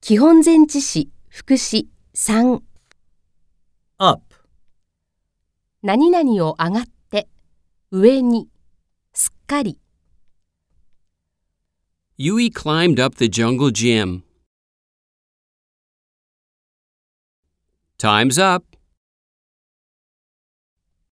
基本前置詞、副詞3、 up, 何々を上がって、上に、すっかり、 Yui climbed up the jungle gym. Time's up.